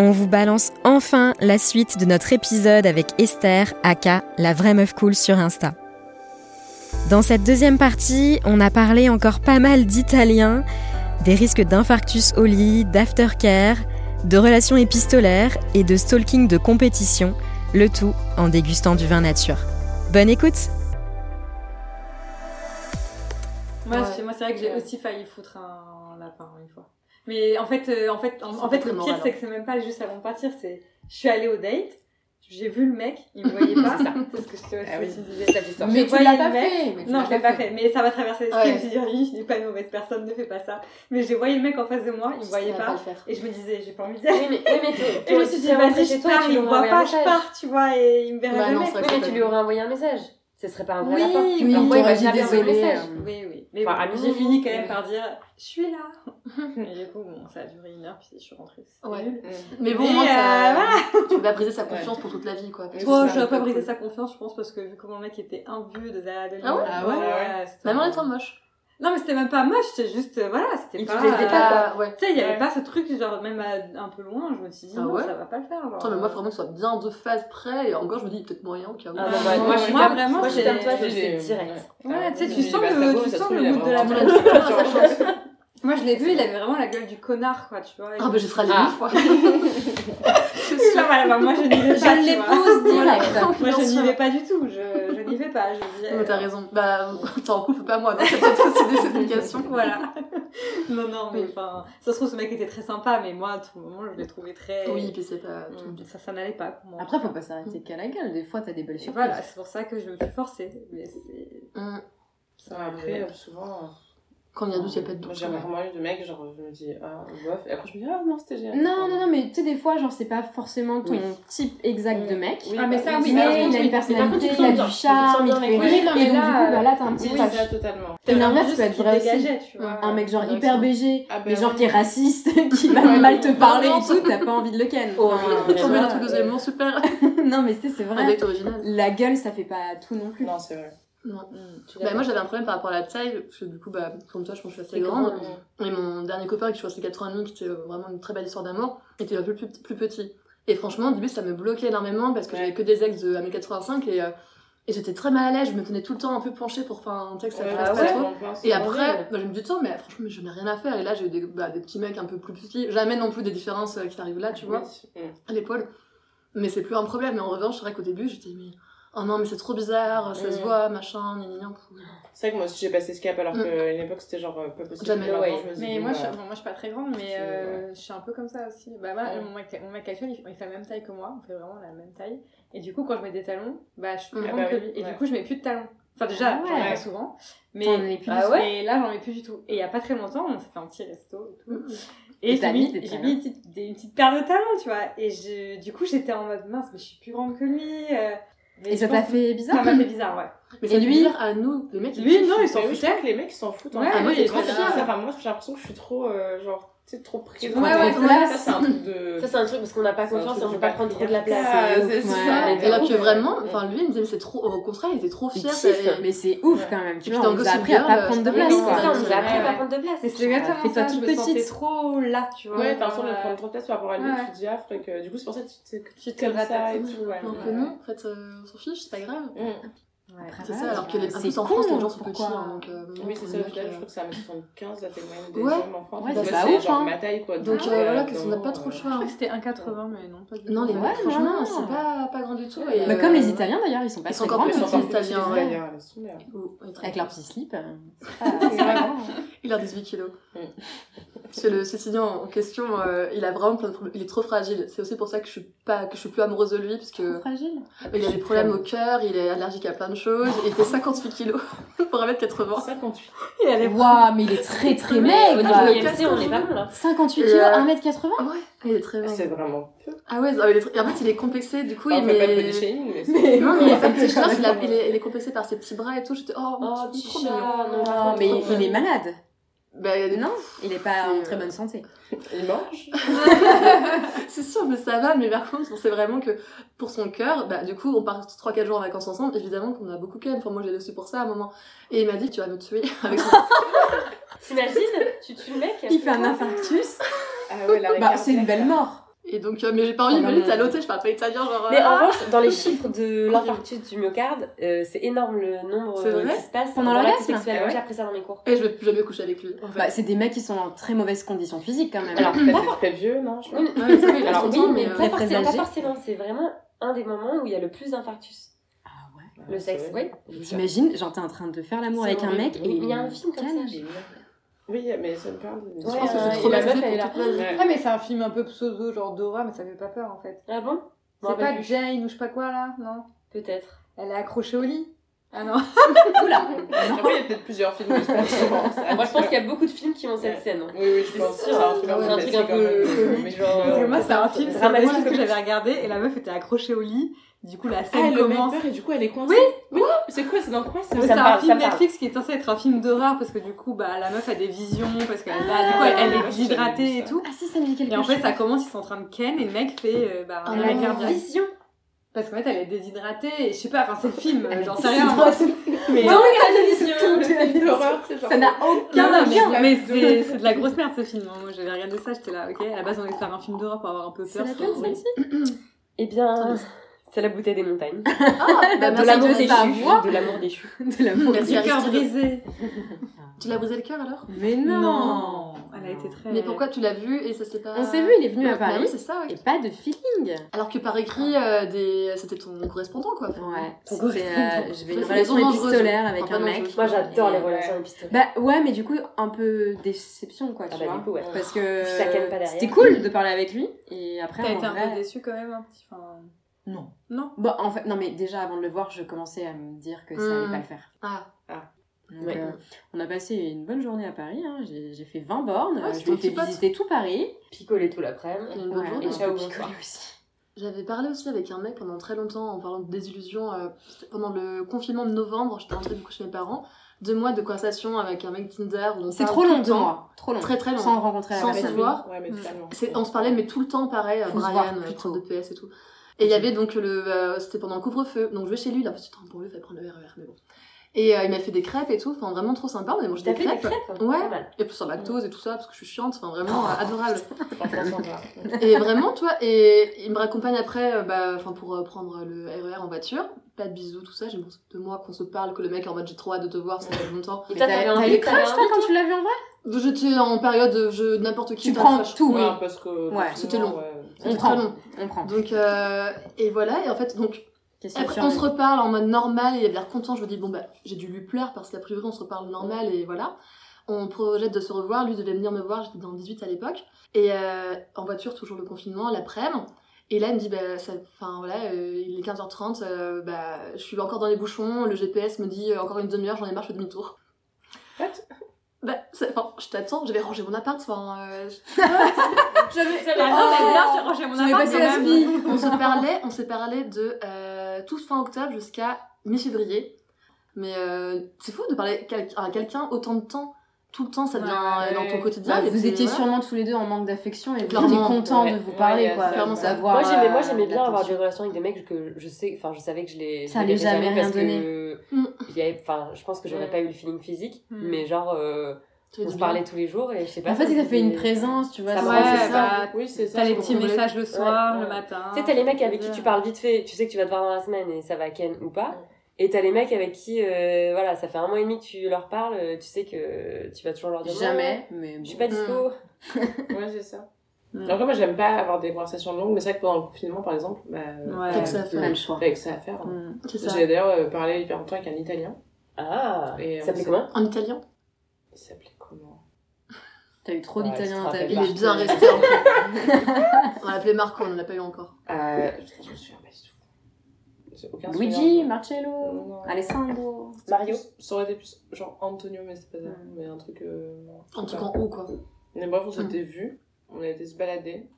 On vous balance enfin la suite de notre épisode avec Esther, aka la vraie meuf cool sur Insta. Dans cette deuxième partie, on a parlé encore pas mal d'italien, des risques d'infarctus au lit, d'aftercare, de relations épistolaires et de stalking de compétition, le tout en dégustant du vin nature. Bonne écoute Moi, Ouais. je- moi c'est vrai que j'ai Ouais. aussi failli foutre un lapin une fois. Mais en fait, euh, en fait, en, Ils en sont fait pas très le pire, morales, c'est que c'est même pas juste avant de partir. C'est, je suis allée au date, j'ai vu le mec, il me voyait pas. parce que je te Ah oui. je te disais. Mais Je tu l'as voyais pas le mec. fait. mais tu Non, l'as je l'ai pas fait, mais ça va traverser l'esprit. Ouais. Je me suis dit, oui, je suis pas une mauvaise personne, ne fais pas ça. Mais j'ai voyé le mec en face de moi, il me Tu voyait sais pas. le faire. Et je me disais, j'ai pas envie d'y aller. Oui, mais, oui, mais toi- Et je toi me aussi, suis tu dit, es rentré vas-y, chez je toi, pars, tu lui il me envoies voit un pas, je message. pars, tu vois, et il me verra Ouais, jamais. non, ça, Oui, je mais sais tu pas. lui aurais envoyé un message. Ce serait pas un vrai Oui, lapin. oui, Enfin, il moi, il t'aurait m'a dit jamais envoyé un désolé, message. euh, Oui, oui. Mais Enfin, bon, Mmh, à j'ai minimum, fini quand même euh, par dire je suis là. Et du coup, bon, ça a duré une heure, puis je suis rentrée. c'était Ouais. nul. Mais bon, Mais, moi, t'as- euh, voilà. tu peux pas briser sa confiance pour toute la vie, quoi. Parce que Bon, c'est j'aurais un pas peu brisé cool. sa confiance, je pense, parce que vu comment le mec était imbu de la. De Ah ouais l'image, Ah ouais, voilà, c'était- Même en étant moche. Non, mais c'était même pas moche, c'était juste. euh, Voilà, c'était Il pas. te plaisait euh, pas, quoi. Ah, Ouais. Tu sais, il y avait Ouais. pas ce truc, genre, même à- un peu loin, je me suis dit, Ah non, ouais ça va pas le faire. genre. Attends, mais moi, vraiment, que ce soit bien deux phases près, et encore, je me dis, peut-être moyen, au cas où. Ah, Ah, bah, moi, moi, je suis moi, comme- vraiment, moi, je suis j'ai- comme toi, je le j'ai- sais direct. Ouais, tu sais, tu Il sens passe la le, gauche, tu ça se sens trouve, le il a mood de la vraiment- On a dit, ah, ça change. Moi, je l'ai vu, il avait vraiment la gueule du connard, quoi, tu vois. Ah, bah, je serai allée Ah. mille fois. Je sais pas, bah, moi je n'y vais Je pas. tu les vois. pose Voilà. direct. Moi je Bien sûr. n'y vais pas du tout, je, je n'y vais pas. Je dis, Mais euh, t'as raison. Bah, t'es en couple, pas moi. Donc, c'est peut-être aussi des explications. Voilà. non, non, mais enfin, ça se trouve, ce mec était très sympa, mais moi à tout moment je l'ai trouvé très. Oui, puis c'est pas tout le Mm, ça, ça n'allait pas pour moi. Après, faut pas s'arrêter qu'à la gueule. Des fois, t'as des belles Et surprises. voilà, c'est pour ça que je me suis forcée. Mais c'est. Mm. ça après, m'a- euh, souvent. euh, Quand il y a doute, il y a pas de moi, doute. J'ai rarement eu de mec, genre, je me dis, ah, bof. Et après, je me dis, ah, non, c'était génial. Non, non, non, mais tu sais, des fois, genre, c'est pas forcément ton Oui. type exact de mec. Oui, Ah, mais ça, oui, mais par contre, il a une personnalité, il a du charme, il te fait Oui, rire. non, Et mais donc, du là, coup, bah là, t'as un petit Oui, crush. ça, totalement. T'as Mais l'inverse juste peut être qui vrai aussi. dégageait, tu vois. Un mec, genre, Ouais, hyper ça. BG, Ah, bah mais genre, oui. qui est raciste, qui va Ouais, mal oui. te parler Non, et tout, t'as pas envie de le ken. Horrible. tu vois. Tomber le truc de Zemmour, super. Non, mais tu sais, c'est Un vrai. date original. La gueule, ça fait pas tout non plus. Non, c'est vrai. Non. Mm, tu Bah, moi, j'avais un problème par rapport à la taille, parce que du coup, bah, comme toi, je pense que je suis assez grande. Et mon dernier copain, qui je suis 4 ans et demi, E qui était euh, vraiment une très belle histoire d'amour, était un peu plus, plus petit. Et franchement, au début, ça me bloquait énormément parce que Ouais. j'avais que des ex de 1m85 et, euh, et j'étais très mal à l'aise. Je me tenais tout le temps un peu penchée pour faire un texte, ça me Ouais, fasse bah, pas ouais. trop. C'est Et après, horrible. bah, je me dis, tiens, mais franchement, mais j'en ai rien à faire. Et là, j'ai eu des, bah, des petits mecs un peu plus petits. Jamais non plus des différences euh, qui t'arrivent là, tu vois, Oui. Mm. à l'épaule. Mais c'est plus un problème. Mais en revanche, c'est vrai qu'au début, j'étais, mais oh non, mais c'est trop bizarre, ça se Mm. voit, machin, ni ni, ni, ni. C'est vrai que moi aussi, j'ai passé ce cap, alors Mm. qu'à l'époque, c'était genre euh, pas possible. Jamais. Mais maintenant, me dis, Mais bon, moi, bah, je, bon, moi je suis pas très grande, mais C'est- euh, je suis un peu comme ça aussi. Bah voilà, Ouais. mon, mec, mon mec actuel, il, il fait la même taille que moi, on fait vraiment la même taille. Et du coup, quand je mets des talons, bah je suis plus Ah grande bah que oui, lui. Et ouais. du coup, je mets plus de talons. Enfin, déjà, Ah j'en mets ouais. pas souvent. Mais T'en mets plus Ah du tout. ouais et là, j'en mets plus du tout. Et il y a pas très longtemps, on s'est fait un petit resto et tout. Et Et j'ai t'as mis, mis des j'ai talons. mis une, petite, des- une petite paire de talons, tu vois. Et je, du coup, j'étais en mode mince, mais je suis plus grande que lui. euh, mais Et je ça t'a pense- fait Ça bizarre m'a fait bizarre, ouais. Mais Et ça veut lui dire à nous, les mecs, ils Lui, non, il s'en Mais oui, je foutait. trouve que les mecs ils s'en foutent. hein. Ouais, Ah, moi, oui, t'es il trop était fière. là. Enfin, moi j'ai l'impression que je suis trop, euh, genre, tu sais, trop prise. Ouais, ouais, c'est ça, ça, ça. c'est un truc de. Ça, c'est un truc parce qu'on n'a pas C'est un confiance et on truc veut de pas prendre trop de la patriarcat. place. Ah, C'est c'est ouf, ça. ouais. Et alors que Ouais. vraiment, Ouais. enfin lui, il me disait, mais c'est trop. Au contraire, il était trop Il fier. kiffe, ça- mais c'est ouf Ouais. quand même, tu Et puis vois. dans On nous a Gossip appris à Girl, pas prendre de c'était- Oui, place, c'est Ouais, ça, hein. quoi. on nous a appris à pas prendre de place. Mais c'est exactement fais-toi ça, toute je me sentais petite. trop là, tu vois. Ouais, t'as l'impression de Euh, prendre trop de place par rapport à lui, Ouais. tu te dis, ah, faudrait que. Du coup, c'est pour ça que tu t'es- que tu Tu te t'aimes ça et rattaches. tout, ouais. Alors que non, en fait, euh, on s'en fiche, c'est pas grave. Mm. Ouais. C'est Ah Ouais, ça, alors que les, en c'est plus en France, con, les gens sont petits. pourquoi hein, donc, euh, bon, Oui, c'est pour ça, les au mecs, final, je euh, trouve que c'est à 75, la taille moyenne des Ouais. hommes en France. Ouais, Moi, c'est c'est pas ouf, genre hein. ma taille, quoi. Donc euh, euh, voilà, qu'on n'a donc, pas trop le euh, choix. Je crois hein. que c'était 1,80, mais non, pas du tout. Non, les Ouais, mecs, franchement, non. c'est pas, pas grand du tout. Ouais. et, Bah, Comme les euh, Italiens d'ailleurs, ils sont pas Ils très sont Encore grands. grands, plus, encore les plus petits, Italiens, les ouais. Italiens, elles sont bien. oh, ils sont- hein. Avec leurs petits slips. euh, c'est pas- c'est pas grand. Il a 18 kilos. Parce que le Sicilien en question, euh, il a vraiment plein de problèmes. Il est trop fragile. C'est aussi pour ça que je suis pas, que je suis plus amoureuse de lui, parce que Fragile. il a des problèmes au cœur, il est allergique à plein de choses. Il fait 58 kilos pour 1m80. 58. Il allait Waouh, mais bah, il est très très Mais au Ah, niveau maigre. Ouais. IMC, on est pas bon hein. là. 58 Et, kilos, euh, 1m80 Ah ouais, il est très C'est bien. vraiment peu. Ah ouais, non, il est très- en fait, il est complexé, du coup, Enfin, il on fait pas de met- body shaming, mais c'est- Mais Non, mais il a ça pas de fait petit short, mal. il, a- il est, il est compensé par ses petits bras et tout. J'étais, oh, Oh, petit, petit trop chat, mignon. non. Non, mais il, il est malade. Bah, il y a des- Non, il est pas en très bonne santé. Il mange. c'est sûr, mais ça va. Mais par contre, c'est vraiment que pour son cœur, bah, du coup, on part 3-4 jours en vacances ensemble. Évidemment qu'on a beaucoup quand même. Enfin, moi, j'ai dessus pour ça à un moment. Et il m'a dit, tu vas me tuer avec son T'imagines Tu tues le mec Il fait un infarctus. Ah ouais, l'arrêt Bah, c'est une cardiaque, belle mort. Et donc, euh, mais j'ai pas envie de me mettre à l'hôtel, je parle pas italien, genre. Mais euh, en revanche, dans les chiffres de l'infarctus du myocarde, euh, c'est énorme le nombre C'est euh, vrai Euh, qui se passe. Pendant Dans la l'orgasme sexuelle. Ah ouais J'ai appris ça dans mes cours. Et je vais plus jamais coucher avec lui. En fait. Bah, c'est des mecs qui sont en très mauvaise condition physique quand même. Alors, peut-être très vieux, non je sais pas. Ouais, Ah, mais ça, oui, il a Alors, son oui, temps, mais mais, euh, pas, euh, forcément, très pas âgé. forcément. C'est vraiment un des moments où il y a le plus d'infarctus. Ah ouais. Le sexe, C'est oui. vrai. T'imagines, genre t'es en train de faire l'amour C'est avec un horrible. mec et Mais il y a un film comme ça. Calme. Oui, mais ça me parle. Ouais, Je pense que euh, c'est et trop la bien meuf, elle est là. Ah, mais c'est un film un peu pseudo, genre Dora, mais ça fait pas peur en fait. Ah bon Bon, C'est bah, pas Jane ou je sais pas quoi là, non Peut-être. Elle est accrochée au lit. Ah non. Oula Après, il y a peut-être plusieurs films où ça se passe. Ah, Moi, je pense qu'il y a beaucoup de films qui ont cette Ouais. scène. hein. Oui, oui, je C'est pense. Ah C'est sûr, un truc c'est un truc classique, un quand peu même. comique, genre. Parce euh, que moi, c'est un film, c'est dramatique moi, la que classe. j'avais regardé et la meuf était accrochée au lit. Du coup, la Ah, scène le commence. mec meurt et du coup, elle est coincée. Oui, C'est quoi C'est dans quoi ça Mais Ça c'est me un parle, ça film me parle. Netflix qui est censé être un film d'horreur parce que du coup, bah, la meuf a des visions, parce qu'elle bah, du coup, elle, elle Ah, est moi, je savais déshydratée et ça. tout. Ah si, ça me dit quelque Et en chose. fait, ça commence, ils sont en train de ken et le mec fait euh, bah, un Elle a arrêt une cardiaque. Vision Parce qu'en fait, elle est déshydratée et je sais pas, enfin, c'est le film, euh, j'en sais rien. moi. C'est Mais, Non, Tout le film d'horreur, c'est genre. Ça n'a Non, aucun non, mais, lien. mais c'est- c'est de la grosse merde ce film. hein. Moi j'avais regardé ça, j'étais là, ok, à la base on allait faire un film d'horreur pour avoir un peu peur. c'est- Eh bien, c'est la bouteille des montagnes. Ah, bah, De merci, l'amour De l'amour tu des déchu. l'as- ta voix. De l'amour déchu. De l'amour. Merci, Le cœur Aristide. brisé. Tu l'as brisé le cœur alors Mais non. Elle a été très. Mais pourquoi tu l'as vu et ça s'est pas. On s'est vu, il est venu à Bah Paris. oui, c'est ça, ouais. Et pas de feeling. Alors que par écrit, euh, des... c'était ton correspondant quoi. Enfin, Ouais. ton C'était, euh, je vais une Ouais, c'est relation vraiment dangereux. épistolaire avec Enfin, un pas mec. dangereux. Moi, j'adore les Et- relations épistolaires. Bah ouais, mais du coup, un peu déception quoi, tu Ah bah, vois. du coup, ouais. Parce que Ça calme pas derrière. c'était cool de parler avec lui et après T'as en été un peu vrai- déçue quand même, un petit. Enfin... Non. Non. Bon, en fait, non, mais déjà avant de le voir, je commençais à me dire que ça allait Hmm. pas le faire. Ah. Ah. Donc, Ouais. euh, on a passé une bonne journée à Paris. hein. J'ai j'ai fait 20 bornes. Ouais, je c'est lui ton ai fait petit pote. visiter tout Paris. Picoler tout l'après-midi. Une bonne Ouais, journée. et hein. je Ciao, peux bonsoir. picoler aussi. J'avais parlé aussi avec un mec pendant très longtemps en parlant de désillusion. euh, c'était pendant le confinement de novembre, j'étais rentrée du coup chez mes parents. Deux mois de conversation avec un mec Tinder. où on C'est parle trop tout long le deux temps. mois. Trop long. Très très long. Sans rencontrer la Sans personne. se voir. Ouais, mais totalement. C'est- On se parlait, mais tout le temps pareil, euh, Faut se voir, Brian, euh, plutôt. prof de PS et tout. Et il y avait donc le. euh, C'était pendant le couvre-feu, donc je vais chez lui, là, petit temps pour lui, il fallait prendre le RER, mais bon. Et euh, il m'a fait des crêpes et tout, enfin vraiment trop sympa, on a mangé T'as des fait des crêpes. crêpes Ouais. Pas mal. Et plus sans lactose et tout ça, parce que je suis chiante, enfin vraiment euh, adorable. Franchement, ça va. Et vraiment, tu vois, et il me raccompagne après euh, bah, enfin, pour euh, prendre le RER en voiture. Pas de bisous, tout ça. J'ai besoin de moi qu'on se parle, que le mec est en mode j'ai trop hâte de te voir, ça fait longtemps. Et Mais toi, T'as t'avais t'as envie, eu t'avais crash toi envie, quand tu l'as vu en vrai J'étais en période de je- n'importe qui. Tu t'as prends crush. tout. Ouais, parce que. Ouais. C'était long. On C'était prend. très long. On prend. Donc, euh, et voilà, et en fait, donc, Question après, sur- on se reparle en mode normal, et il avait l'air content, je me dis, bon, bah, j'ai dû lui plaire, parce qu'à priori, on se reparle normal, et voilà. On projette de se revoir, lui devait venir me voir, j'étais dans le 18 à l'époque, et euh, en voiture, toujours le confinement, l'après-midi. Et là, il me dit, bah, ça- enfin voilà, euh, il est 15h30, euh, bah, je suis encore dans les bouchons, le GPS me dit euh, encore une demi-heure, j'en ai marre, je fais demi-tour. What Bah, c'est- enfin, je t'attends, je vais ranger mon appart, enfin, euh, Je vais passer la vie. spie. on se parlait, on s'est parlé de euh, tout fin octobre jusqu'à mi-février. Mais euh, c'est fou de parler quel- à quelqu'un autant de temps, tout le temps, ça devient Ouais. euh, dans ton quotidien. Bah, mais vous c'est- étiez voilà. sûrement tous les deux en manque d'affection et vous étiez Clairement. contents Ouais. de vous Ouais, parler, ouais, quoi. ça, clairement, ça. D'avoir, Moi j'aimais, moi euh, j'aimais bien avoir des l'attention. relations avec des mecs que je sais, enfin je savais que je les. je Ça les lui verrais jamais rien parce donné. que Mm. il y avait- Enfin, je pense que j'aurais Mm. pas eu le feeling physique, Mm. mais genre euh, Tu on dis se bien. parlait tous les jours et je sais pas. En fait, ça fait une faisait- présence, tu vois. Ça c'est- me Ouais, rend- c'est ça. bah, Oui, c'est ça. T'as les c'est petits pour- messages le soir, ouais. le matin. Tu sais, t'as les mecs avec qui tu parles vite fait, tu sais que tu vas te voir dans la semaine et ça va ken ou pas. Mm. Et t'as les mecs avec qui, euh, voilà, ça fait un mois et demi que tu leur parles, euh, tu sais que tu vas toujours leur dire non, Jamais, Mm. mais Je bon. suis pas dispo. Ouais, c'est ça. Mm. Après, moi, j'aime pas avoir des conversations longues, mais c'est vrai que pendant le confinement, par exemple, bah, Ouais. T'as que ça à faire. pas le choix. avec ça à faire. Mm. C'est ça. J'ai d'ailleurs euh, parlé hyper longtemps avec un Italien. Ah Et euh, on Ça s'appelait s'est- comment En italien Il s'appelait comment T'as eu trop Ouais, d'italien dans ta tu te vie. Il rappelles est bien resté en fait. On l'a appelé Marco, on ne l'a pas eu encore. Euh, putain, je me souviens pas du tout. J'ai aucun Luigi, souvenir. Marcello, Non. Alessandro. C'était Mario. plus- Ça aurait été plus genre Antonio, mais c'était pas ça. Mais un truc. euh, Un je sais truc pas. en haut quoi. Mais bref, on s'était vus, on a été se balader.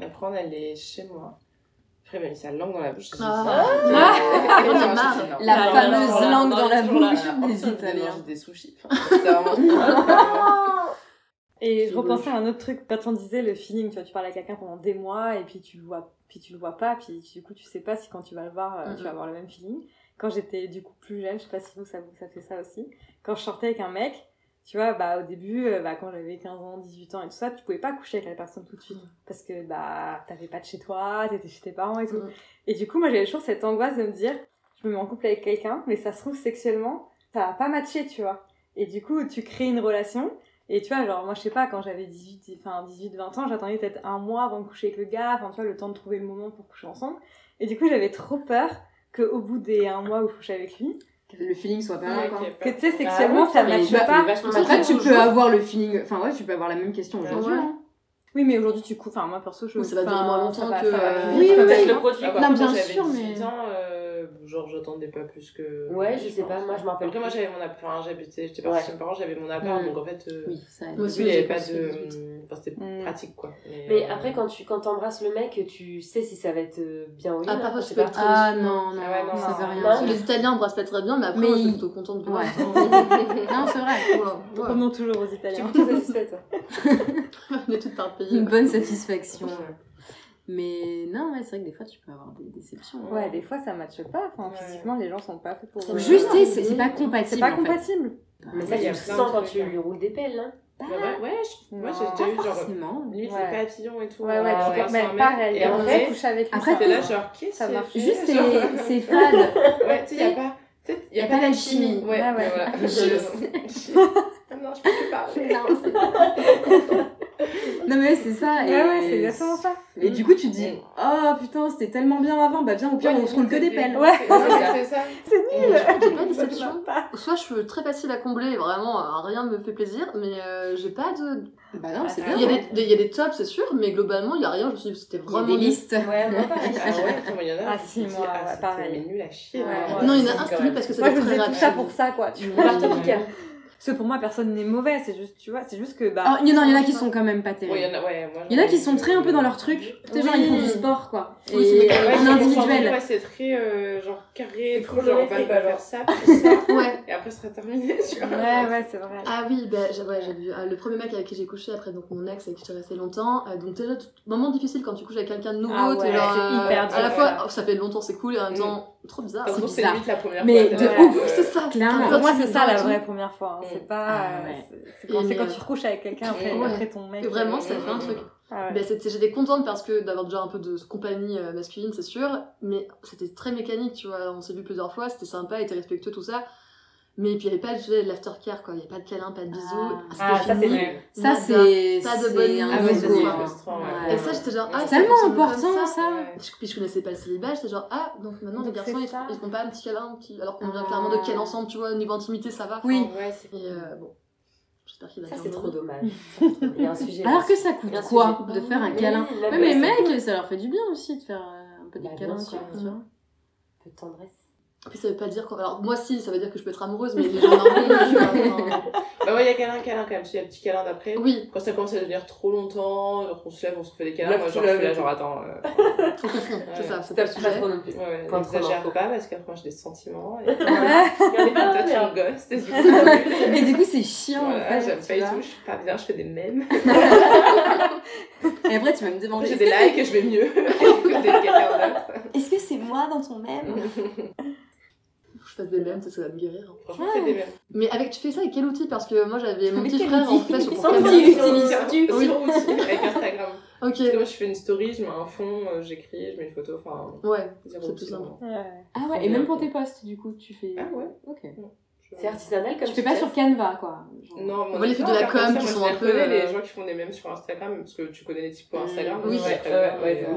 Après, on allait chez moi. Après, il m'a mis sa langue dans la bouche. j'ai dit, Ah. Ah. J'en ai marre. La Ah, fameuse alors, alors, langue alors, dans la toujours là, bouche Voilà, des ensuite, on a mangé Italiens. des sushis. Enfin, c'était vraiment- Et je C'est repensais à un autre truc quand on disait le feeling, tu vois, tu parles à quelqu'un pendant des mois et puis tu le vois, puis tu le vois pas, puis du coup tu sais pas si quand tu vas le voir, euh, tu Mhm. vas avoir le même feeling. Quand j'étais du coup plus jeune, je sais pas si vous ça, vous- ça fait ça aussi, quand je sortais avec un mec, tu vois, bah au début, euh, bah, quand j'avais 15 ans, 18 ans et tout ça, tu pouvais pas coucher avec la personne tout de suite parce que bah t'avais pas de chez toi, t'étais chez tes parents et tout. Mhm. Et du coup, moi j'avais toujours cette angoisse de me dire, je me mets en couple avec quelqu'un, mais ça se trouve sexuellement, ça va pas matcher, tu vois. Et du coup, tu crées une relation. Et tu vois, genre, moi, je sais pas, quand j'avais 18, enfin, 18, 20 ans, j'attendais peut-être un mois avant de coucher avec le gars, enfin, tu vois, le temps de trouver le moment pour coucher ensemble. Et du coup, j'avais trop peur qu'au bout des un mois où je couchais avec lui, Le feeling soit pas Ouais, là, ok, quoi. que pas- tu sais, Bah sexuellement, oui, ça mais matche bah, pas. mais vachement Après, Après, matché. tu toujours. peux avoir le feeling. Enfin, ouais, tu peux avoir la même question aujourd'hui. Ouais. hein. Oui, mais aujourd'hui, tu cou- Enfin, moi, perso, je. Oui, ça va enfin, durer moins longtemps ça va- que, ça va plus euh, vite, oui, quand oui, même. oui. le produit, Ah, par quoi. Non, contre, bien j'avais sûr, 18 mais- ans, euh, genre, j'attendais pas plus que. Ouais, je sais pas, pense. moi, je m'en rappelle Après, moi, plus. j'avais mon appart, enfin, j'habitais, j'étais partie Ouais. chez mes parents, j'avais mon appart, Mm. donc en fait, euh, Oui, ça aide. Moi au aussi, début, il n'y j'ai avait pas commencé à de. Enfin, c'était Mm. pratique, quoi. euh, Mais après, quand tu quand t'embrasses le mec, tu sais si ça va être euh, bien ou Ah, non, parfois, je tu sais peux pas. le trouver. Ah non, non, Ah ouais, non, ça non. veut rien Parce que dire. les Italiens embrassent pas très bien, mais après, Mais moi, je suis ils- plutôt contente de Ouais. Non, c'est vrai. Voilà, ouais. Revenons toujours aux Tu Italiens. es plutôt satisfaite, toi. On est toutes par pays. Une bonne satisfaction. Ouais, Mais non, ouais, c'est vrai que des fois, tu peux avoir des déceptions. Ouais, des fois, ça matche pas. Enfin, Ouais. physiquement, les gens sont pas faits pour. euh, Ça va. Juste, Ouais. c'est c'est pas compatible. C'est pas en fait. compatible. Mais Ouais, ça, il y tu a le plein sens de quand trucs, tu hein. lui roules des pelles, hein. Bah ouais, ouais, je- moi, Non. j'ai déjà eu, genre, Forcément. limite, Ouais. les papillons et tout. Ouais, on ouais, Ah se tu- ouais. passe mais un mec, pareil. Et on après, couche avec lui, après, ça t'es va. là, genre, qu'est-ce Ça que marche. c'est Juste, genre c'est c'est fade. Ouais, tu sais, il n'y a pas. tu sais, y Y a a pas pas d'alchimie. d'alchimie. Ouais, Ouais, ouais, ouais. voilà. Juste. Ah non, je peux plus parler. Non, c'est- non, mais ouais, c'est ça. Ouais, ouais, c'est exactement ça. Et du coup, tu te dis, oh putain, c'était tellement bien avant, bah viens, au pire, on se roule que des pelles. Ouais. C'est ça, c'est ça. C'est nul. J'ai pas de déception. Soit je suis très facile à combler et vraiment euh, rien me fait plaisir, mais euh, j'ai pas de. Bah non, c'est bien. Ah, Il y, a des, des- il y a des tops, c'est sûr, mais globalement, il y a rien. Je me suis dit, c'était Il y a vraiment. des nul. listes. Ouais, moi, Ah pareil. ouais, comment il y en a Ah, je me si, dis, moi, ouais, c'était pareil. mais nul à chier. Ouais. vraiment. Ouais. Non, il y en C'est a un, quand c'est nul même- parce que ça Moi, je doit faisais très tout ça rapide. pour ça, quoi. Mm. Tu vois. Par ton piqueur. Parce que pour moi, personne n'est mauvais. C'est juste, tu vois, c'est juste que bah. Ah, Il y en a il y en a qui sont quand même pas Ouais, il y en terribles. a, ouais, moi, Il y en a j'en ai- qui sont très un peu dans leur truc. Tu sais, genre, ils font du sport, quoi. Oui, c'est Et des- Ouais, en c'est concentré, individuel. ouais, c'est très euh, genre carré, C'est trop genre on va chronométré, pas quoi, faire ça, puis ça, Ouais. et après ce sera terminé, tu vois. Ouais, ouais, c'est vrai. Ah oui, bah, j'ai ouais, j'ai vu. euh, le premier mec avec qui j'ai couché, après donc mon ex avec qui j'étais restée longtemps. euh, donc déjà, tout- moment difficile quand tu couches avec quelqu'un de nouveau. Ah t'es ouais, genre, c'est euh, hyper À la dur, fois, ouais. oh, ça fait longtemps, c'est cool, et en même temps, trop bizarre. Par C'est contre, c'est bizarre. limite la première Mais fois. de t'as- ouf, euh, Oui, c'est ça. clairement. Quand Pour moi, tu c'est le ça vois la et vraie tout, première fois. hein. C'est Ah, pas. euh, ouais. c'est- C'est quand, Et c'est quand mais- tu recouches avec quelqu'un après, Ouais. après ton mec. euh, Et vraiment, ça fait un truc. Ah ouais. Bah, c'était- J'étais contente parce que d'avoir déjà un peu de compagnie euh, masculine, c'est sûr, mais c'était très mécanique, tu vois. On s'est vu plusieurs fois, c'était sympa, était respectueux, tout ça. Mais puis il n'y avait pas tu sais, de l'aftercare, quoi. Il n'y avait pas de câlin, pas de bisous. c'était Ah. Ah, ça, c'est fini. nul. Ça, Nada. c'est. Pas de c'est bonne un Ah nuit, ouais, gros c'est Ouais. goût, ça. frustrant, ouais. Ouais. Et ça, j'étais genre, ah, C'est ça tellement fonctionne comme important, ça. Ouais. Je, puis je connaissais pas le célibat, j'étais genre, ah, donc maintenant les Donc garçons c'est ils, ça. ils font pas un petit câlin, un petit- alors qu'on vient Ah. clairement de câlin ensemble, tu vois, au niveau intimité ça va. Oui. Ouais, c'est enfin. Et euh, bon, j'espère qu'il va Ça, faire c'est trop heureux. dommage. Il y a un sujet. Alors que ça coûte Bien quoi sûr, de j'ai- faire un Oui, câlin Oui, bah, Ouais, là, mais ça mec, ça leur fait du bien aussi de faire euh, un peu des Bah, bien câlins, sûr. quoi. tu Mhm. vois. coûte de tendresse. Puis ça veut pas dire qu'on. Alors moi si, ça veut dire que je peux être amoureuse, mais les gens normaux, tu vois. enfin, Bah ouais, il y a câlin, câlin quand même, il y a le petit câlin d'après. Oui, Quand ça commence à devenir trop longtemps, donc on se lève, on se fait des câlins, Là, moi tu genre je suis l'avais. là, genre attends. euh, faut qu'on fonde, c'est Ouais. ça, c'est pas T'as pas le sujet. trop non plus. Ouais, Quand n'exagère on en- pas parce qu'après moi j'ai des sentiments. Et... Il y en a pas Toi, mal, tu hein. es gosse, t'es super Mais du coup, c'est chiant en Voilà, fait. j'aime tu pas du vois. tout, je suis pas bien, je fais des mèmes. Et après, tu vas me demander Après, j'ai est-ce des que likes et je vais mieux que des câlins d'autres. c'est- est-ce que c'est moi dans ton même Faut que Je fasse des mêmes, ça, ça va me guérir. hein. Franchement, fais des mèmes. Mais avec, tu fais ça avec quel outil Parce que moi j'avais mon Avec petit quel frère en outil fait sur Sans Camera. outil. Sur- utilises sur- tu sur Oui. outil, avec Instagram. Ok, Parce que moi je fais une story, je mets un fond, euh, j'écris, je mets une photo, enfin, ouais. C'est zéro outil, plus simple. vraiment. Ouais. Ah ouais, et même pour tes posts, du coup, tu fais. Ah ouais. Ok. Je- C'est artisanal comme Tu fais pas sur Canva, quoi. genre. Non, mais On voit les est filles pas de la à faire com qui ça, moi, sont je un les peu, reconnais, euh, Mm. les gens qui font des mèmes sur Instagram, parce que tu connais les types pour Instagram. Oui. ouais, Ouais, très bien, ouais, mais, ouais. euh,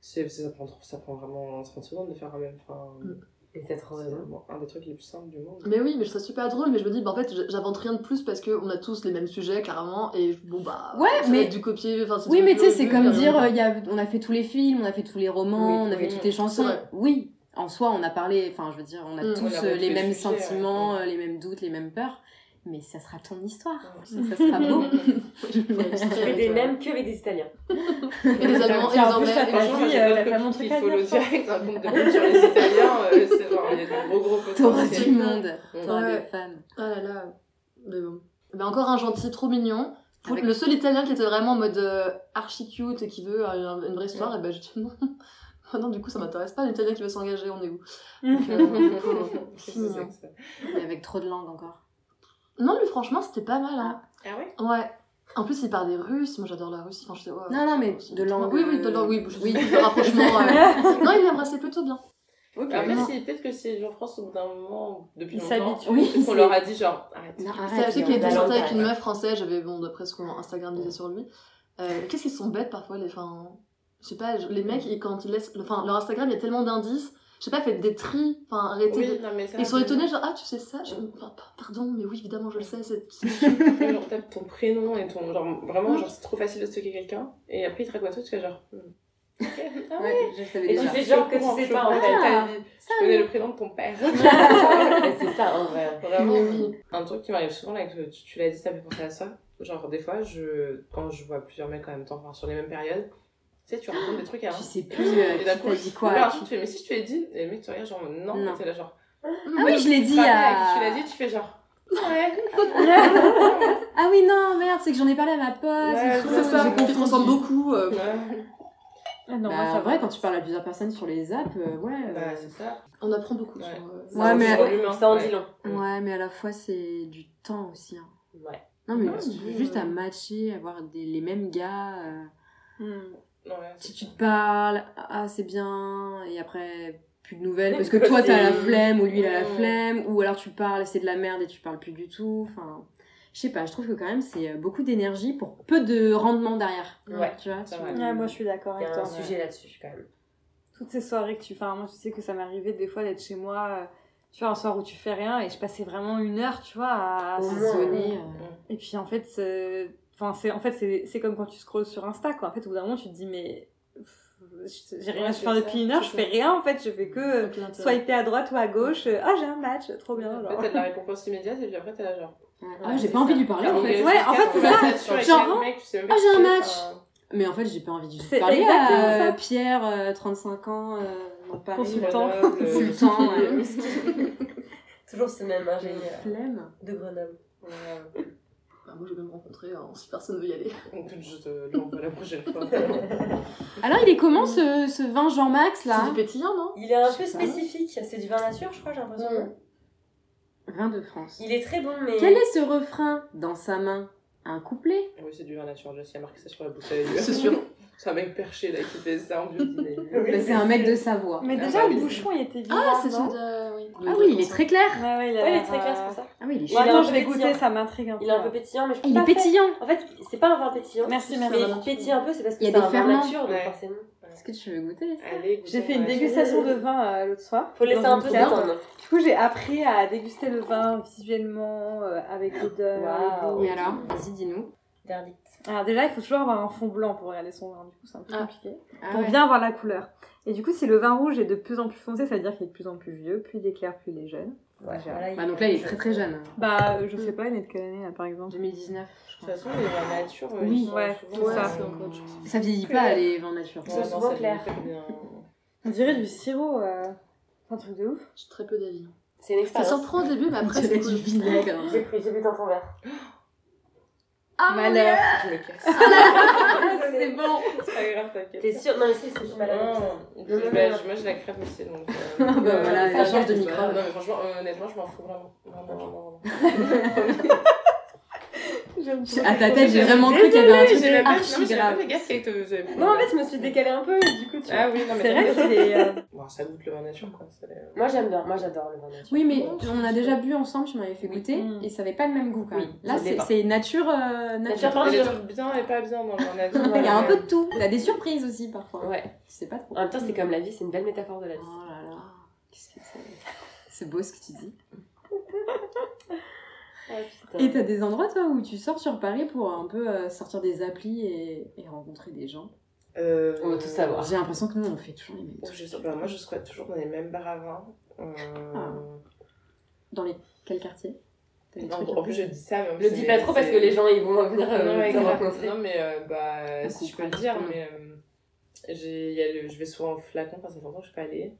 c'est- Ça prend, trop- ça prend vraiment 30 secondes de faire un mème. Enfin, Mm. Mais t'as trop C'est raison. bon, un des trucs les plus simples du monde. Mais oui, mais je trouve ça super drôle, mais je me dis, bah, en fait, j- j'invente rien de plus parce qu'on a tous les mêmes sujets, clairement, et je- bon, bah, Ouais, ça va mais- être du copier, enfin, c'est Oui, du mais tu sais, vu, c'est vu, comme euh, dire, euh, il y a, on a fait tous les films, on a fait tous les romans, Oui, on a fait oui, toutes les chansons. vrai. Oui, en soi, on a parlé, enfin, je veux dire, on a Mm. tous On a euh, les tous les mêmes sujets, ouais. sentiments, euh, les mêmes doutes, les mêmes peurs, mais ça sera ton histoire. Ça, ça sera beau. pour illustrer Je fais avec, des euh, mêmes que avec des Italiens. Et des Allemands, et des Tiens, en plus, Anglais, ça et t'a des- dit, moi, j'ai euh, pas de t'as copie, vraiment un truc à Il faut dire, le toi. dire avec un compte de pub sur les Italiens. euh, c'est genre, il y a des gros gros T'auras potentiels. du monde, t'auras Ouais. des femmes. Ah là là, mais bon. Ben encore un gentil, trop mignon. Pour Avec- Le seul italien qui était vraiment en mode euh, archi cute et qui veut euh, une vraie histoire, et ben je dis non. Ah non, du coup, ça m'intéresse pas, l'italien qui veut s'engager, on est où Donc, euh, Qu'est-ce que c'est que ça Mais avec trop de langues encore. Non, lui, franchement, c'était pas mal, hein. Ah ouais Ouais. En plus, il parle des Russes, moi j'adore la Russie, enfin, j'étais, ouais, Non, non, mais c'est de trop- langue. euh, Oui, oui, de langue, oui, Oui. oui. rapprochement. ouais. Non, il m'embrassait plutôt bien. Oui, Bah, après, non. si- peut-être que s'ils vivent en France, au bout d'un moment, depuis Ils longtemps, s'habituent. Oui, peut-être qu'on c'est- leur a dit genre, ah arrête. Non, C'est arrête. je sais il y qu'il a était de la sorti langue. avec une meuf française, j'avais, bon, d'après ce qu'on Instagram disait sur lui. Euh, Qu'est-ce qu'ils sont bêtes parfois, les. Enfin, je sais pas, je- les mecs, ils- quand ils laissent. Enfin, leur Instagram, il y a tellement d'indices. Je sais pas, faites des tris. Enfin, arrêtez. Oui, de- non, mais ça. Ils sont étonnés, genre, ah, tu sais ça Je- enfin, pa- Pardon, mais oui, évidemment, je le sais. c'est- Après, Genre, tapes ton prénom et ton. Genre, vraiment, genre, c'est trop facile de stocker quelqu'un. Et après, ils te racontent tout, tu fais genre. hmm. Ok, ah ouais. Ouais, je le savais Et déjà. tu fais genre que tu Je sais comprends, pas, en je fait. comprends ta Ah, vie. ça, Je connais le prénom de ton père. Ah. Ouais, c'est ça, en vrai. Vraiment. Mais oui. Un truc qui m'arrive souvent, là, que tu, tu l'as dit, ça me fait penser à ça. Genre, des fois, je, quand je vois plusieurs mecs en même temps, enfin, sur les mêmes périodes, tu sais, tu racontes des trucs à un. Tu sais plus euh, hein. Et qui d'un t'a coup, dit quoi. Ouais, à alors, tu qui. te fais, mais si je te l'ai dit, et le mec, tu regardes, genre, non, Non. t'es là, genre. Ah oui, je l'ai dit Pareil, à. Tu l'as dit, tu fais genre. Ouais. Ah oui, non, merde, c'est que j'en ai parlé à ma pote. Ouais, et tout, c'est ça, j'ai ils te confondu. ressemblent beaucoup. euh. Ouais. Ah non, Bah, moi, ça en vrai, va. quand tu parles à plusieurs personnes sur les apps, euh, ouais. Bah, euh, c'est ça. On apprend beaucoup. Ouais. sur, euh, Ça Ouais, en dit mais- sur l'humain, Ça en ouais. dit long. ouais, mais à la fois, c'est du temps aussi. hein. Ouais. Non, mais Ouais, tu- mais, juste euh, à matcher, avoir des, les mêmes gars. euh, Hmm. Ouais, si c'est tu ça. te parles, ah, c'est bien, et après, plus de nouvelles, parce que Parce toi, que t'as la c'est- flemme, ou lui, il a la Mm. flemme, ou alors tu parles, et c'est de la merde, et tu parles plus du tout. Enfin, je sais pas, je trouve que quand même, c'est euh, beaucoup d'énergie pour peu de rendement derrière. Ouais. Tu vois, Ça tu- va. Ouais, moi, je suis d'accord Il y avec a un toi. sujet là-dessus, quand même. toutes ces soirées que tu enfin moi je sais que ça m'arrivait des fois d'être chez moi euh, tu vois un soir où tu fais rien et je passais vraiment une heure tu vois à, à Au zone- sonner, euh, et puis en fait euh, enfin c'est en fait c'est c'est comme quand tu scrolles sur Insta quoi en fait au bout d'un moment tu te dis mais pff, je- j'ai rien Ouais, à c'est faire ça, depuis une heure je c'est fais ça. rien en fait je fais que euh, aucun intérêt. swiper à droite ou à gauche euh, ah j'ai un match trop bien Après, genre t'as de la récompense immédiate, et puis après, t'as la genre. Ah, j'ai c'est pas envie ça. de lui parler, en Donc, fait. euh, Ouais, en fait, c'est ça. sur avec Genre, quel mec, tu sais même ah, pas j'ai qui un c'est, match. enfin, Mais en fait, j'ai pas envie de lui C'est parler à exactement ça. Pierre, euh, 35 ans, euh, dans Paris. Consultant. Grenoble, euh, Consultant, ouais. Toujours ce même J'ai une ingénieur flemme. de Grenoble. ouais. Bah, moi, je vais me rencontrer hein, si personne veut y aller. Donc, euh, Je te l'envoie la prochaine fois. Alors, il est comment ce, ce vin Jean-Max, C'est là du pétillant, non Il est un Je peu sais pas. spécifique. C'est du vin nature, je crois, j'ai l'impression. Mm. Vin de France. Il est très bon, mais. Quel est ce refrain dans sa main Un couplet oui, c'est du vin naturel. Il y a marqué ça sur la bouteille. C'est sûr. C'est un mec perché là qui fait ça en bio Bah, C'est un mec de Savoie. mais Ah, déjà bah, le oui. bouchon il était bizarre Ah, c'est non celui de. Oui, Ah oui, il est très clair. ouais, ouais, il, a Ouais, il est l'air, très clair, c'est pour euh, ça. Ah oui, il est bon, chouette. Il est un attends je peu vais goûter pétillant. ça m'intrigue un peu Il est un peu pétillant, mais je Il est pas fait. pétillant. En fait, c'est pas un vin pétillant. Merci, mais merci. il pétille un peu, c'est parce que Il y a c'est des un vin ferments. nature, donc Ouais. forcément. Est-ce que tu veux goûter ça Allez, J'ai fait une goûtons, dégustation de vin euh, l'autre soir. Faut le laisser dans un une peu cave. détendre. Du coup, j'ai appris à déguster le vin visuellement, euh, avec l'odeur. Waouh. le goût. Oui, alors, vas-y, dis-nous. Dernite. Alors déjà, il faut toujours avoir un fond blanc pour regarder son vin. Du coup, c'est un peu Ah. compliqué. Ah pour ouais. bien voir la couleur. Et du coup, si le vin rouge est de plus en plus foncé, ça veut dire qu'il est de plus en plus vieux, plus il est clair, plus il est jeune. Déjà. Bah, donc là, il est très très jeune. Bah, euh, je Mm. sais pas, il est né de quelle année, là, par exemple 2019, je De toute crois. façon, les vins nature, euh, Oui. ils sont Ouais, souvent, c'est euh, ça. ouais, encore Ça vieillit pas, les vins nature. Ouais. non, souvent ça clair. fait bien. On dirait du sirop, euh, un truc de ouf. J'ai très peu d'avis. C'est une Ça expérience. surprend au début, mais après, C'est c'est du cool. vinaigre. J'ai pris, j'ai bu dans ton verre. Ah, Malheur. Je me casse. C'est bon. C'est pas grave, t'inquiète. T'es sûr Non, mais si, c'est du malade. Non, et puis, Non, non, bah, non. je- moi j'ai la crève aussi donc. euh, bah, voilà, ça change de bah, micro. Non, mais franchement, euh, honnêtement, je m'en fous vraiment. Vraiment, vraiment, vraiment. À ta tête, j'ai vraiment cru qu'il y avait un J'ai la truc même- non, archi mais j'ai la grave. même gaffe qu'avec toi, vous avez- Non, en fait, je me suis décalée un peu, et du coup, tu vois. Ah oui, non, mais C'est vrai t'inquiète. qu'il est... euh, Bon, ça goûte le vin nature quoi. c'est, euh, Moi, j'aime bien. Moi, j'adore le vin nature. Oui, mais on a déjà bu ensemble, tu m'avais fait goûter, Mm. et ça avait pas le même goût quand Oui, même. Là, ça c'est dépend. c'est nature, euh, nature. Il Nature y a peinture. des trucs bien et pas bien dans le vin nature. Il y a un peu de tout. T'as des surprises aussi parfois. Ouais. Tu sais pas trop. En même temps, c'est comme la vie, c'est une belle métaphore de la vie. Oh là là. Qu'est-ce que c'est C'est beau ce que tu dis. Ah, putain. Et t'as des endroits, toi, où tu sors sur Paris pour un peu euh, sortir des applis et, et rencontrer des gens Euh, On veut tout savoir. J'ai l'impression que nous, on fait toujours les mêmes Oh, trucs. je sais pas, moi je squatte toujours dans les mêmes bars à vin. Euh, Ah. Dans les... quel quartier T'as des non, trucs un en peu- plus je dis ça, mais en Le plus, dis c'est- pas trop parce c'est- que les gens ils vont venir euh, Non, ouais, nous avoir grave. confié. Non, mais euh, bah, On si je peux comprend le dire, pas. mais euh, j'ai- il y a le- je vais souvent au flacon, enfin, ça fait longtemps que je suis pas allée.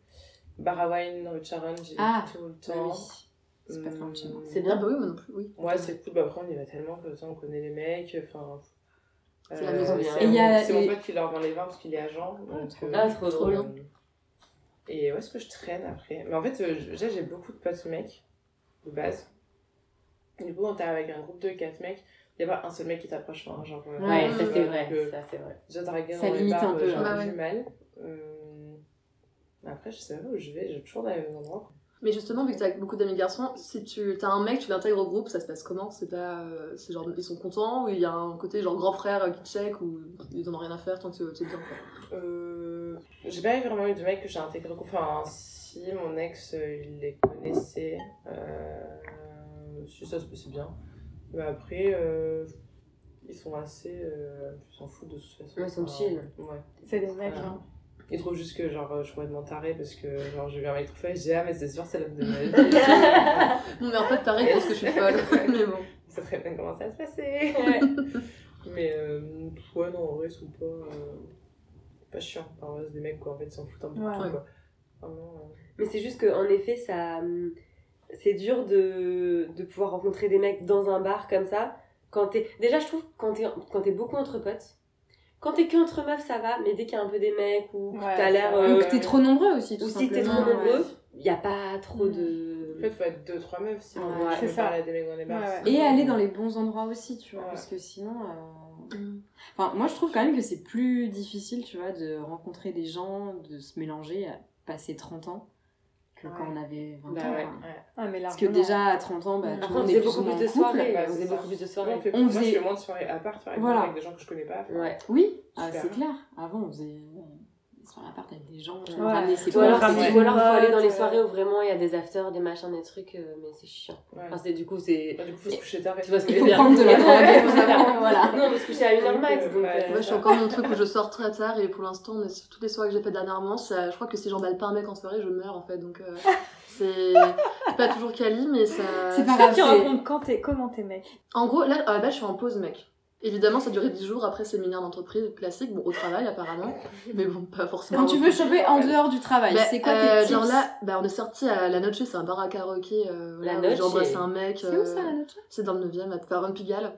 Bar à wine, rue de Charonne, j'y vais Ah, tout le Ah temps. oui. C'est pas très loin de chez moi. Hum, C'est Ah bien. bah oui, moi non plus, oui. Ouais, c'est cool, bah après on y va tellement que ça, on connaît les mecs, enfin. euh, C'est la maison bien. c'est Et il y a- mon- C'est mon et- pote qui leur vend les vins parce qu'il est agent. donc, euh, Ah, trop Trop drôle. bien. euh, Et où est-ce que je traîne après Mais en fait, euh, je- déjà, j'ai beaucoup de potes mecs, de base. Du coup, quand t'es avec un groupe de 4 mecs, il n'y a pas un seul mec qui t'approche. Enfin, genre, euh, Ouais, Ouais, ça c'est euh, vrai. que- Ça c'est vrai. Déjà, draguer Ça dans les limite bars, un peu, euh, j'ai hein. un Bah peu ouais. du mal. Euh, mais Après, je sais pas où je vais, j'ai toujours dans les mêmes endroits. Mais justement, vu que t'as avec beaucoup d'amis garçons, si tu t'as un mec, tu l'intègres au groupe, ça se passe comment C'est pas, euh, c'est genre ils sont contents ou il y a un côté genre grand frère euh, qui check ou ils en ont rien à faire tant que c'est bien. quoi. Euh, j'ai pas vraiment eu de mec que j'ai intégré. au groupe. Enfin, si mon ex, euh, il les connaissait, euh, si ça se passait bien. Mais après, euh, ils sont assez. euh, ils s'en foutent de toute façon. Ouais, ils sont Enfin, chill. Ouais. C'est des mecs, Voilà. hein. Ils trouvent juste que genre, je suis complètement tarée parce que genre, j'ai vu un mec trop fou et je dis Ah, mais c'est sûr, c'est l'homme de ma vie. Mon meilleur pote, pareil, pense que je suis folle. mais bon. ça serait bien comment ça se passait. Mais euh, ouais, non, en vrai, ils sont pas, euh, pas chiants. Enfin, ouais, c'est des mecs, quoi. En fait, ils s'en foutent un peu de Ouais. tout, Ouais. quoi. Vraiment, euh, Mais c'est juste qu'en effet, ça, hum, c'est dur de, de pouvoir rencontrer des mecs dans un bar comme ça. Quand t'es, déjà, je trouve que quand t'es, quand t'es beaucoup entre potes, quand t'es que entre meufs, ça va, mais dès qu'il y a un peu des mecs ou que Ouais, t'as l'air. ça va. Ou euh, que t'es trop nombreux aussi, tout ou si t'es trop simplement, ouais. nombreux, il n'y a pas trop Mm. En de. fait, faut être deux, trois meufs si on Ouais, veut c'est je peux ça. parler à des mecs dans les bars. Ouais, ouais. sinon- Et aller dans les bons endroits aussi, tu vois, Ouais. parce que sinon. euh, Enfin, moi je trouve quand même que c'est plus difficile, tu vois, de rencontrer des gens, de se mélanger à passer 30 ans que Ouais. quand on avait 20 Bah ans. ouais. quoi. Ah, mais Parce que déjà à 30 ans, bah, Mm. tout Après, le on monde faisait est plus beaucoup ou moins plus de en couple. soirées. Bah, On c'est faisait ça. beaucoup plus de Moi, soirées. on fait- On moi, je faisait- fais moins de soirées à part, par exemple, Voilà. avec des gens que je connais pas. Ouais. Oui, ah, Super. c'est clair. Avant, on faisait euh, sur l'appart avec des gens, on Ouais. ramenait ses Ou Ouais, alors, potes, ramener c'est- c'est- ou alors, faut une aller dans boîte, les euh. soirées où vraiment il y a des afters, des machins, des trucs, euh, mais c'est chiant. Ouais. Enfin, c'est du coup, Ah, c'est. Bah, du coup, faut se coucher tard. et Tu vois ce que Il je faut veux dire prendre de la Ouais, faut drogue, savoir. voilà. Non, parce que j'étais à une heure max, donc. Ouais. euh, Moi, je suis encore dans le truc où je sors très tard et pour l'instant, mais sur toutes les soirées que j'ai fait dernièrement, ça- je crois que si j'emballe pas un mec en soirée, je meurs en fait. Donc, euh, c'est pas toujours quali, mais ça. C'est pas Ça, grave, tu c'est- racontes quand t'es, comment t'es mec. En gros, là, à la base, je suis en pause, mec. Évidemment, ça durait 10 jours après séminaire d'entreprise classique, bon, au travail apparemment, mais bon, pas forcément. Donc tu veux choper en dehors du travail, Bah, c'est quoi euh, tes tips Genre là, bah, on est sorti à La Noche, c'est un bar à karaoké. euh, voilà, La où J'ai Noche, embrassé c'est- un mec. C'est où ça, euh, la note C'est dans le 9ème, à Farone Pigalle.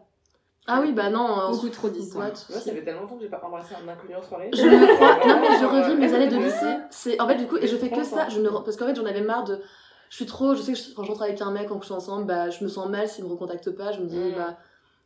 Ah oui, bah non, en Beaucoup trop d'histoires. boîte. Moi, ça fait tellement longtemps que j'ai pas embrassé un inconnu en soirée. Je me crois. Ouais, Non, mais je ouais, revis ouais. mes années de lycée. C'est en fait du coup et je fais que Ouais, ça. ouais. Je ne parce qu'en fait j'en avais marre de. Je suis trop. Je sais que je- quand j'entre avec un mec en couche ensemble, bah je me sens mal s'il me recontacte pas. Je me dis Mm. bah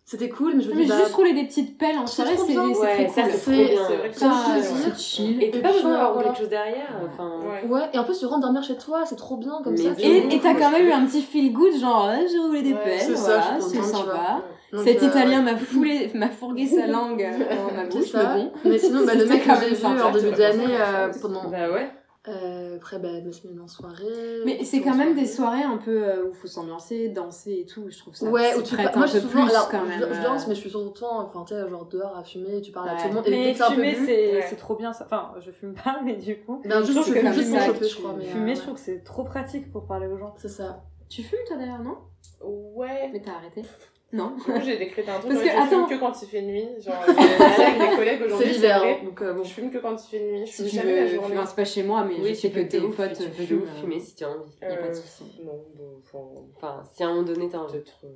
c'était cool, mais je me Mais dis bah. juste rouler des petites pelles en C'est soirée, trop c'est bien. c'est Ouais, très ça cool. c'est C'est- trop bien. C'est vrai que Ça, ça, c'est ouais. chill. Et t'as Et pas puis, besoin d'avoir voilà. quelque chose derrière. Ouais. Enfin, Ouais. Ouais. Et en plus tu rentres dormir chez toi, c'est trop bien comme Mais ça. de tu ouf. Et rentres. et t'as quand même eu un petit feel good, genre ouais, j'ai roulé des Ouais, pelles, c'est ça, voilà, je suis c'est contente, tu sympa. Donc, Cet euh, italien m'a foulé, m'a fourgué sa langue euh, dans ma C'est bouche, mais ça. bon. Mais sinon, bah, le C'était mec que quand j'ai même vu sympa, en tu début l'as pas d'année, pensé. euh, pendant. Bah ouais. euh, après, bah, ma semaine en soirée. Mais tout c'est en quand même soirée. des soirées un peu euh, où faut s'ambiancer, danser et tout, je trouve ça. Ouais, ça où tu prête parles. Moi, un je suis peu souvent. plus, alors, quand même, je, je danse, euh, mais je suis souvent temps, enfin, tu sais, genre dehors à fumer, tu parles à Ouais. tout le monde. Et dès Mais que t'as un peu fumer, bu- c'est, Ouais. c'est trop bien ça. Enfin, je fume pas, mais du coup. Ben, je juste, trouve je que fume la juste pour musique, choper, je crois. Mais, Fumer, euh, je trouve que c'est trop pratique pour parler aux gens. C'est ça. Tu fumes toi d'ailleurs, non Ouais. Mais t'as arrêté Non. Du coup, j'ai décrété un truc. Parce en fait, que, je fume attends. que quand il fait nuit. Genre, euh, j'ai parlé avec mes collègues C'est aujourd'hui. l'hiver, vrai. hein, donc euh, bon. Je fume que quand il fait nuit. Je Si fume tu jamais la veux, journée. fumer, c'est pas chez moi, mais je sais que tes ouf, potes tu peux de fument. euh, ouf fumer si tu as envie. Y a pas de Euh, souci. Non, bon, enfin, Enfin, si à un moment donné t'as envie. peut-être. euh,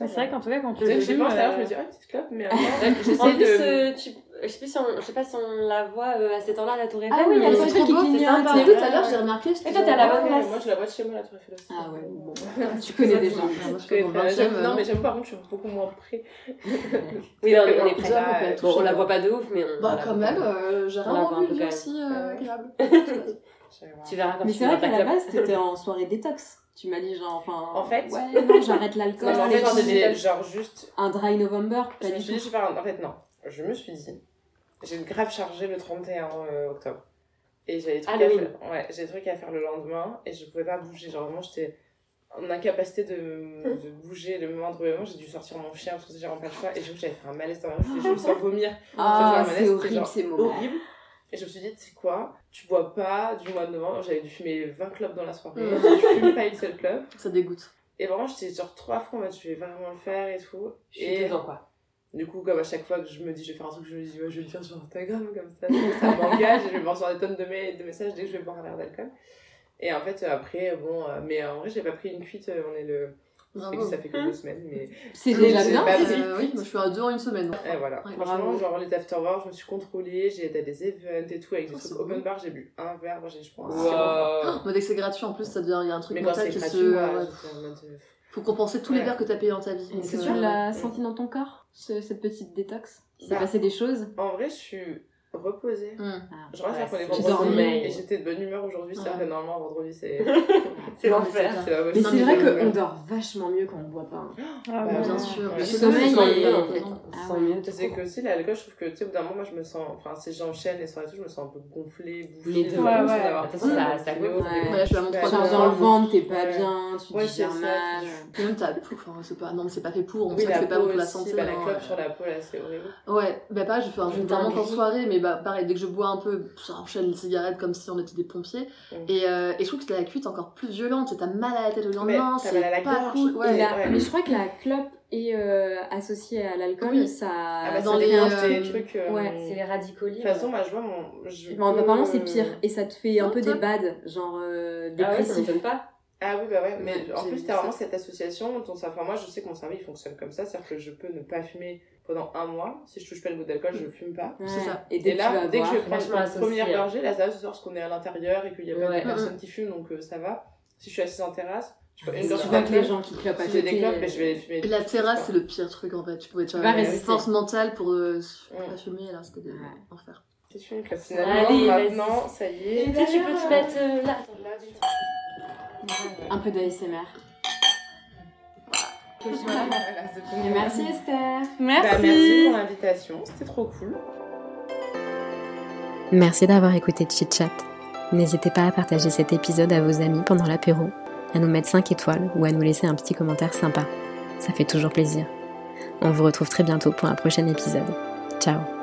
Mais c'est vrai qu'en tout cas, quand tu Peut-être que le j'ai fumes, pensé, alors je euh, me dis, ah, petite clope, mais avant, j'essaie En plus, de. euh, tu... je, sais pas si on... je sais pas si on la voit euh, à cette heure-là, la tour Eiffel. Ah oui, il y Mais a le c'est mais- soleil trop qui beau, c'est clignote. Mais tout à l'heure, j'ai remarqué. Et toi, t'es à la bonne Ouais, place. Moi, je la vois de chez moi, la tour Eiffel aussi. Ah ouais, bon. Tu connais des gens. Moi, je Je suis dans le connais- 20e, j'aime- Non, euh, mais j'aime par contre, je suis beaucoup moins près. Oui, non, mais on est Déjà, prêts. on peut la euh, Bon, on toucher, la là. voit pas de ouf, mais on. Bah, la quand voit. même, euh, j'ai On la voit rarement un vu peu une vie quand même. aussi euh, agréable. J'aime Tu verras quand Mais tu c'est vrai verras qu'à la ta clope. base, t'étais en soirée détox. Tu m'as dit genre, enfin. En fait- Ouais, non, j'arrête Non, l'alcool. mais en fait, un j'ai petit- des- genre juste. Un dry November, Je pas me du suis tout. dit, je vais faire un- En fait, non. Je me suis dit, j'ai grave chargé le 31 euh, octobre. Et j'avais des, Ah, trucs à Halloween. faire- ouais, j'ai des trucs à faire le lendemain et je pouvais pas bouger. Genre vraiment, j'étais en incapacité de, de bouger le moindre moment. J'ai dû sortir mon chien parce que j'avais pas le choix. Et du coup, j'avais fait un malaise dans la rue. Je me sens vomir. Ah, Ça fait un malaise, c'est c'est horrible genre ces moments. horrible. Et je me suis dit, tu sais quoi, tu bois pas du mois de novembre. J'avais dû fumer 20 clopes dans la soirée. Mm. je fume pas une seule clope. Ça dégoûte. Et vraiment, j'étais genre trois fois en mode, je vais vraiment le faire et tout. Je suis et dedans, quoi. du coup, comme à chaque fois que je me dis, je vais faire un truc, je me dis, ouais, je vais le faire sur Instagram, comme ça, ça m'engage et je vais me recevoir des tonnes de, mes- de messages dès que je vais boire un verre d'alcool. Et en fait, euh, après, bon, euh, mais euh, en vrai, j'ai pas pris une cuite, euh, on est le. je sais que Bravo. ça fait que deux semaines, mais. C'est Mais déjà j'ai bien. pas c'est- vu. Euh, oui, moi je suis à deux en une semaine. Et voilà, Ouais, franchement, bravo. genre les afterwork, je me suis contrôlée, j'ai été à des events et tout, avec des Oh, c'est trucs beau. open bar, j'ai bu un verre, moi j'ai, je pense. Moi, dès que c'est gratuit, en plus, ça devient, il y a un truc Mais quand mental c'est qui gratuit, se. moi, ouais. j'étais en mode, euh, Faut compenser tous les Ouais. verres que t'as payé dans ta vie. Donc, Est-ce que euh, tu l'as ouais. senti dans ton corps, ce- cette petite détox Il s'est Bah. passé des choses En vrai, je suis reposée. hum. Je reste Ouais, à qu'on est c'est- tu vendredi dormais. et j'étais de bonne humeur aujourd'hui, c'est Ouais. vrai que normalement vendredi c'est. C'est Non, l'enfer. c'est la bonne Mais Non, c'est mais vrai je- qu'on dort vachement mieux quand on boit pas. hein. Ah, Bah, Bien ouais. sûr. Ouais. Le Le sommeil sommeil, est. en fait. Ah Sans ouais. mieux, C'est que aussi l'alcool, je trouve que tu sais, au bout d'un moment, moi je me sens. Enfin, si j'enchaîne les soirées et tout, je me sens un peu gonflée, bouffée. Mais de j'ai ouf. l'impression Ouais, ouais. d'avoir De toute façon, ça- ça Ouais, gonfle. ouais. Ouais, je suis à mon Ouais, trois Genre ouais. dans le heures. ventre, t'es pas Ouais. bien, tu Ouais, digères c'est ça, mal. c'est- Et même t'as. Pouf, enfin, c'est pas... Non, mais c'est pas fait pour, on Oui, sait que la c'est pas bon peau pour la aussi, santé. bah, la hein. clope sur la peau là, c'est horrible. Ouais, bah pareil, je fais un Je jus me d'amande en dinguerie. soirée, mais bah pareil, dès que je bois un peu, ça enchaîne une cigarette comme si on était des pompiers. Mm. Et, euh, et je trouve que la cuite est encore plus violente, et t'as mal à la tête le lendemain, t'as c'est mal à la pas gorge. cool. Et Ouais. la- ouais. Mais je crois que la clope est euh, associée à l'alcool, Oui. ça. Ah bah, dans dans les, les, des euh, trucs. euh, ouais, C'est les radicaux De libres. toute façon, moi, je vois mon. Je... Mais en peux- euh, parlant, c'est pire. Et ça te fait un Oh, peu toi. des bads, genre euh, Ah ouais, ça dépressif. m'étonne pas. Ah oui, bah ouais, mais Ouais, en j'ai plus, vu t'as ça. vraiment cette association. Ton... Enfin, moi, je sais que mon cerveau, il fonctionne comme ça. C'est-à-dire que je peux ne pas fumer pendant un mois. Si je touche pas le goût d'alcool, Mm. je fume pas. Ouais. c'est ça. Et Et dès que tu là, vas dès que boire, je prends vachement la associé, première hein. gorgée, là, ça va se sort parce qu'on est à l'intérieur et qu'il n'y a pas Ouais. de personne qui fume, donc euh, ça va. Si je suis assise en terrasse, je prends une tu gorgée vois que les d'alcool. gens qui clopent à Si j'ai des côté, clopes, euh, mais je vais les fumer. La terrasse, c'est le pire truc en fait. Tu pouvais tu Tu vois, vas une résister. force mentale pour euh, Mm. Ouais. pas fumer, là, c'était des... Ouais. enfer. C'est une clope. Finalement, Allez, maintenant, ça y est. Tu sais, tu peux te mettre euh, là. Là, du Un peu d'ASMR. Voilà, c'est bon. Et merci Esther. Bah, merci pour l'invitation, c'était trop cool. Merci d'avoir écouté Chit Chat. N'hésitez pas à partager cet épisode à vos amis pendant l'apéro, à nous mettre 5 étoiles ou à nous laisser un petit commentaire sympa. Ça fait toujours plaisir. On vous retrouve très bientôt pour un prochain épisode. Ciao